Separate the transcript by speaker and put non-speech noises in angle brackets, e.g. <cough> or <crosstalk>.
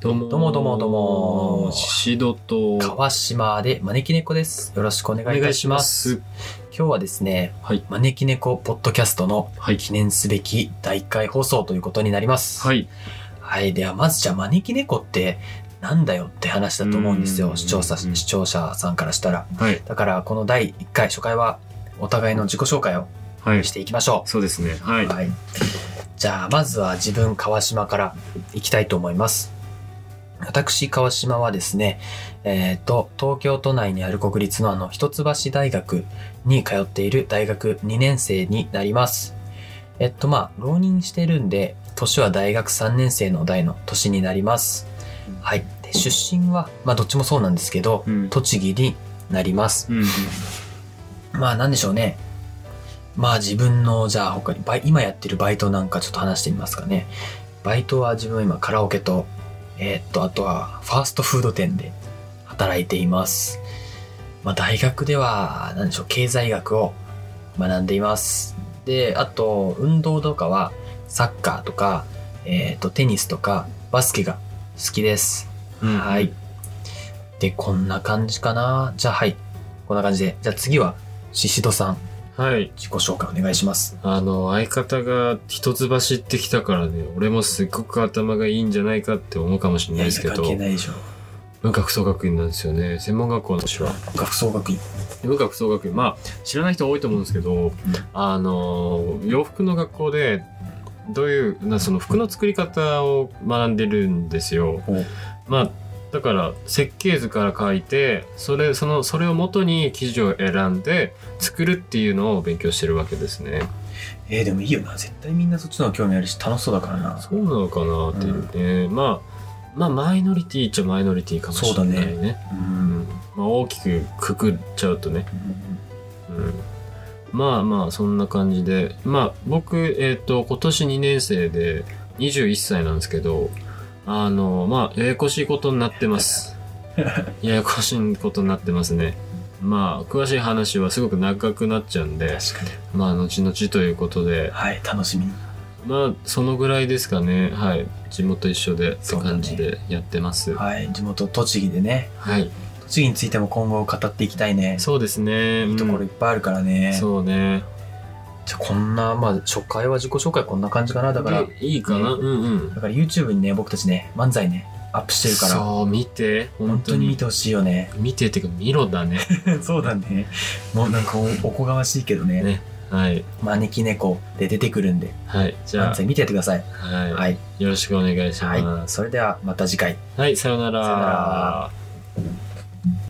Speaker 1: どうもどうもどうもどうも
Speaker 2: シドと
Speaker 1: 川島で招き猫です。よろしくお願いいたします。。今日はですね、
Speaker 2: はい
Speaker 1: 招き猫ポッドキャストの
Speaker 2: はい。
Speaker 1: 記念すべき第1回放送ということになります。
Speaker 2: はい。
Speaker 1: はい。では、まずじゃあ招き猫ってなんだよって話だと思うんです
Speaker 2: う
Speaker 1: よ。
Speaker 2: ん
Speaker 1: 視聴者、
Speaker 2: うん
Speaker 1: 視聴者さんからしたら。
Speaker 2: はい。
Speaker 1: だから、この第1回、初回はお互いの自己紹介を
Speaker 2: はい。
Speaker 1: していきましょう。
Speaker 2: そうですね。はい。
Speaker 1: はい。じゃあ、まずは自分、川島からいきたいと思います。私、川島はですね、えっ、と、東京都内にある国立のあの、一橋大学に通っている大学2年生になります。えっと、まあ、浪人してるんで、年は大学3年生の代の年になります。はい。で出身は、まあ、どっちもそうなんですけど
Speaker 2: う、ん。
Speaker 1: 栃木になります。
Speaker 2: うん。
Speaker 1: まあなんでしょうね。まあ自分の、じゃあ他に、バイ今やってるバイトなんかちょっと話してみますかね。バイトは自分は今カラオケと、えーっと、あとはファーストフード店で働いています。まあ大学では、なんでしょう、経済学を学んでいます。で、あと、運動とかはサッカーとか、えーっと、テニスとかバスケが好きです。
Speaker 2: うん
Speaker 1: はい。。で、こんな感じかな。じゃあ、はい。こんな感じで。じゃあ次は、シシドさん、
Speaker 2: はい。
Speaker 1: 自己紹介お願いします。
Speaker 2: あの、相方が一橋ってきたからね、俺もすっごく頭がいいんじゃないかって思うかもしれないですけど、
Speaker 1: ないでしょ。
Speaker 2: 文化服装学院なんですよね。専門学校の私は。
Speaker 1: 学装学院。
Speaker 2: 文化服装学院。まあ、知らない人多いと思うんですけど、あの、洋服の学校で、どういう、なその服の作り方を学んでるんですよ。まあだから設計図から書いてそれそのそれを元に記事を選んで作るっていうのを勉強してるわけですね。
Speaker 1: えーでもいいよな。絶対みんなそっちの方が興味あるし、楽しそうだからな。
Speaker 2: そうなのかなっていうね、まあまあマイノリティっちゃマイノリティかもしれないね
Speaker 1: そうう
Speaker 2: うん
Speaker 1: ん。
Speaker 2: まあ、大きくくくっちゃうとね、うん、まあまあそんな感じでまあ僕えっ、と今年2年生で21歳なんですけどあのまあややこしいことになってます
Speaker 1: <laughs>
Speaker 2: ややこしいことになってますねまあ詳しい話はすごく長くなっちゃうんで
Speaker 1: 確かに。
Speaker 2: まあ後々ということで
Speaker 1: はい、楽しみに。
Speaker 2: まあそのぐらいですかねはい地元一緒でって感じでやってます、
Speaker 1: はい、地元栃木でね。
Speaker 2: はい
Speaker 1: 栃木についても今後語っていきたいね。
Speaker 2: そうですね
Speaker 1: いいところいっぱいあるからね。
Speaker 2: そうね
Speaker 1: じゃあこんな、まあ、初回は自己紹介こんな感じかな。だから、
Speaker 2: でいいかな、
Speaker 1: ね
Speaker 2: うんうん
Speaker 1: だから YouTube にね、僕たちね、漫才ね、アップしてるから。
Speaker 2: そう見て
Speaker 1: 本
Speaker 2: 本
Speaker 1: 当
Speaker 2: 当
Speaker 1: に
Speaker 2: に
Speaker 1: 見てほしいよね
Speaker 2: 見てっていうか見ろ <laughs> だね。
Speaker 1: <laughs> そうだねもうなんかおおこがましいけどね
Speaker 2: ねはい。
Speaker 1: 招き猫で出てくるんで
Speaker 2: はい。じゃ
Speaker 1: 漫才見てやってください
Speaker 2: あ、はい。
Speaker 1: はい、
Speaker 2: よろしくお願いし
Speaker 1: はい
Speaker 2: ます。
Speaker 1: それではまた次回
Speaker 2: はい、さような
Speaker 1: さようなら
Speaker 2: ら。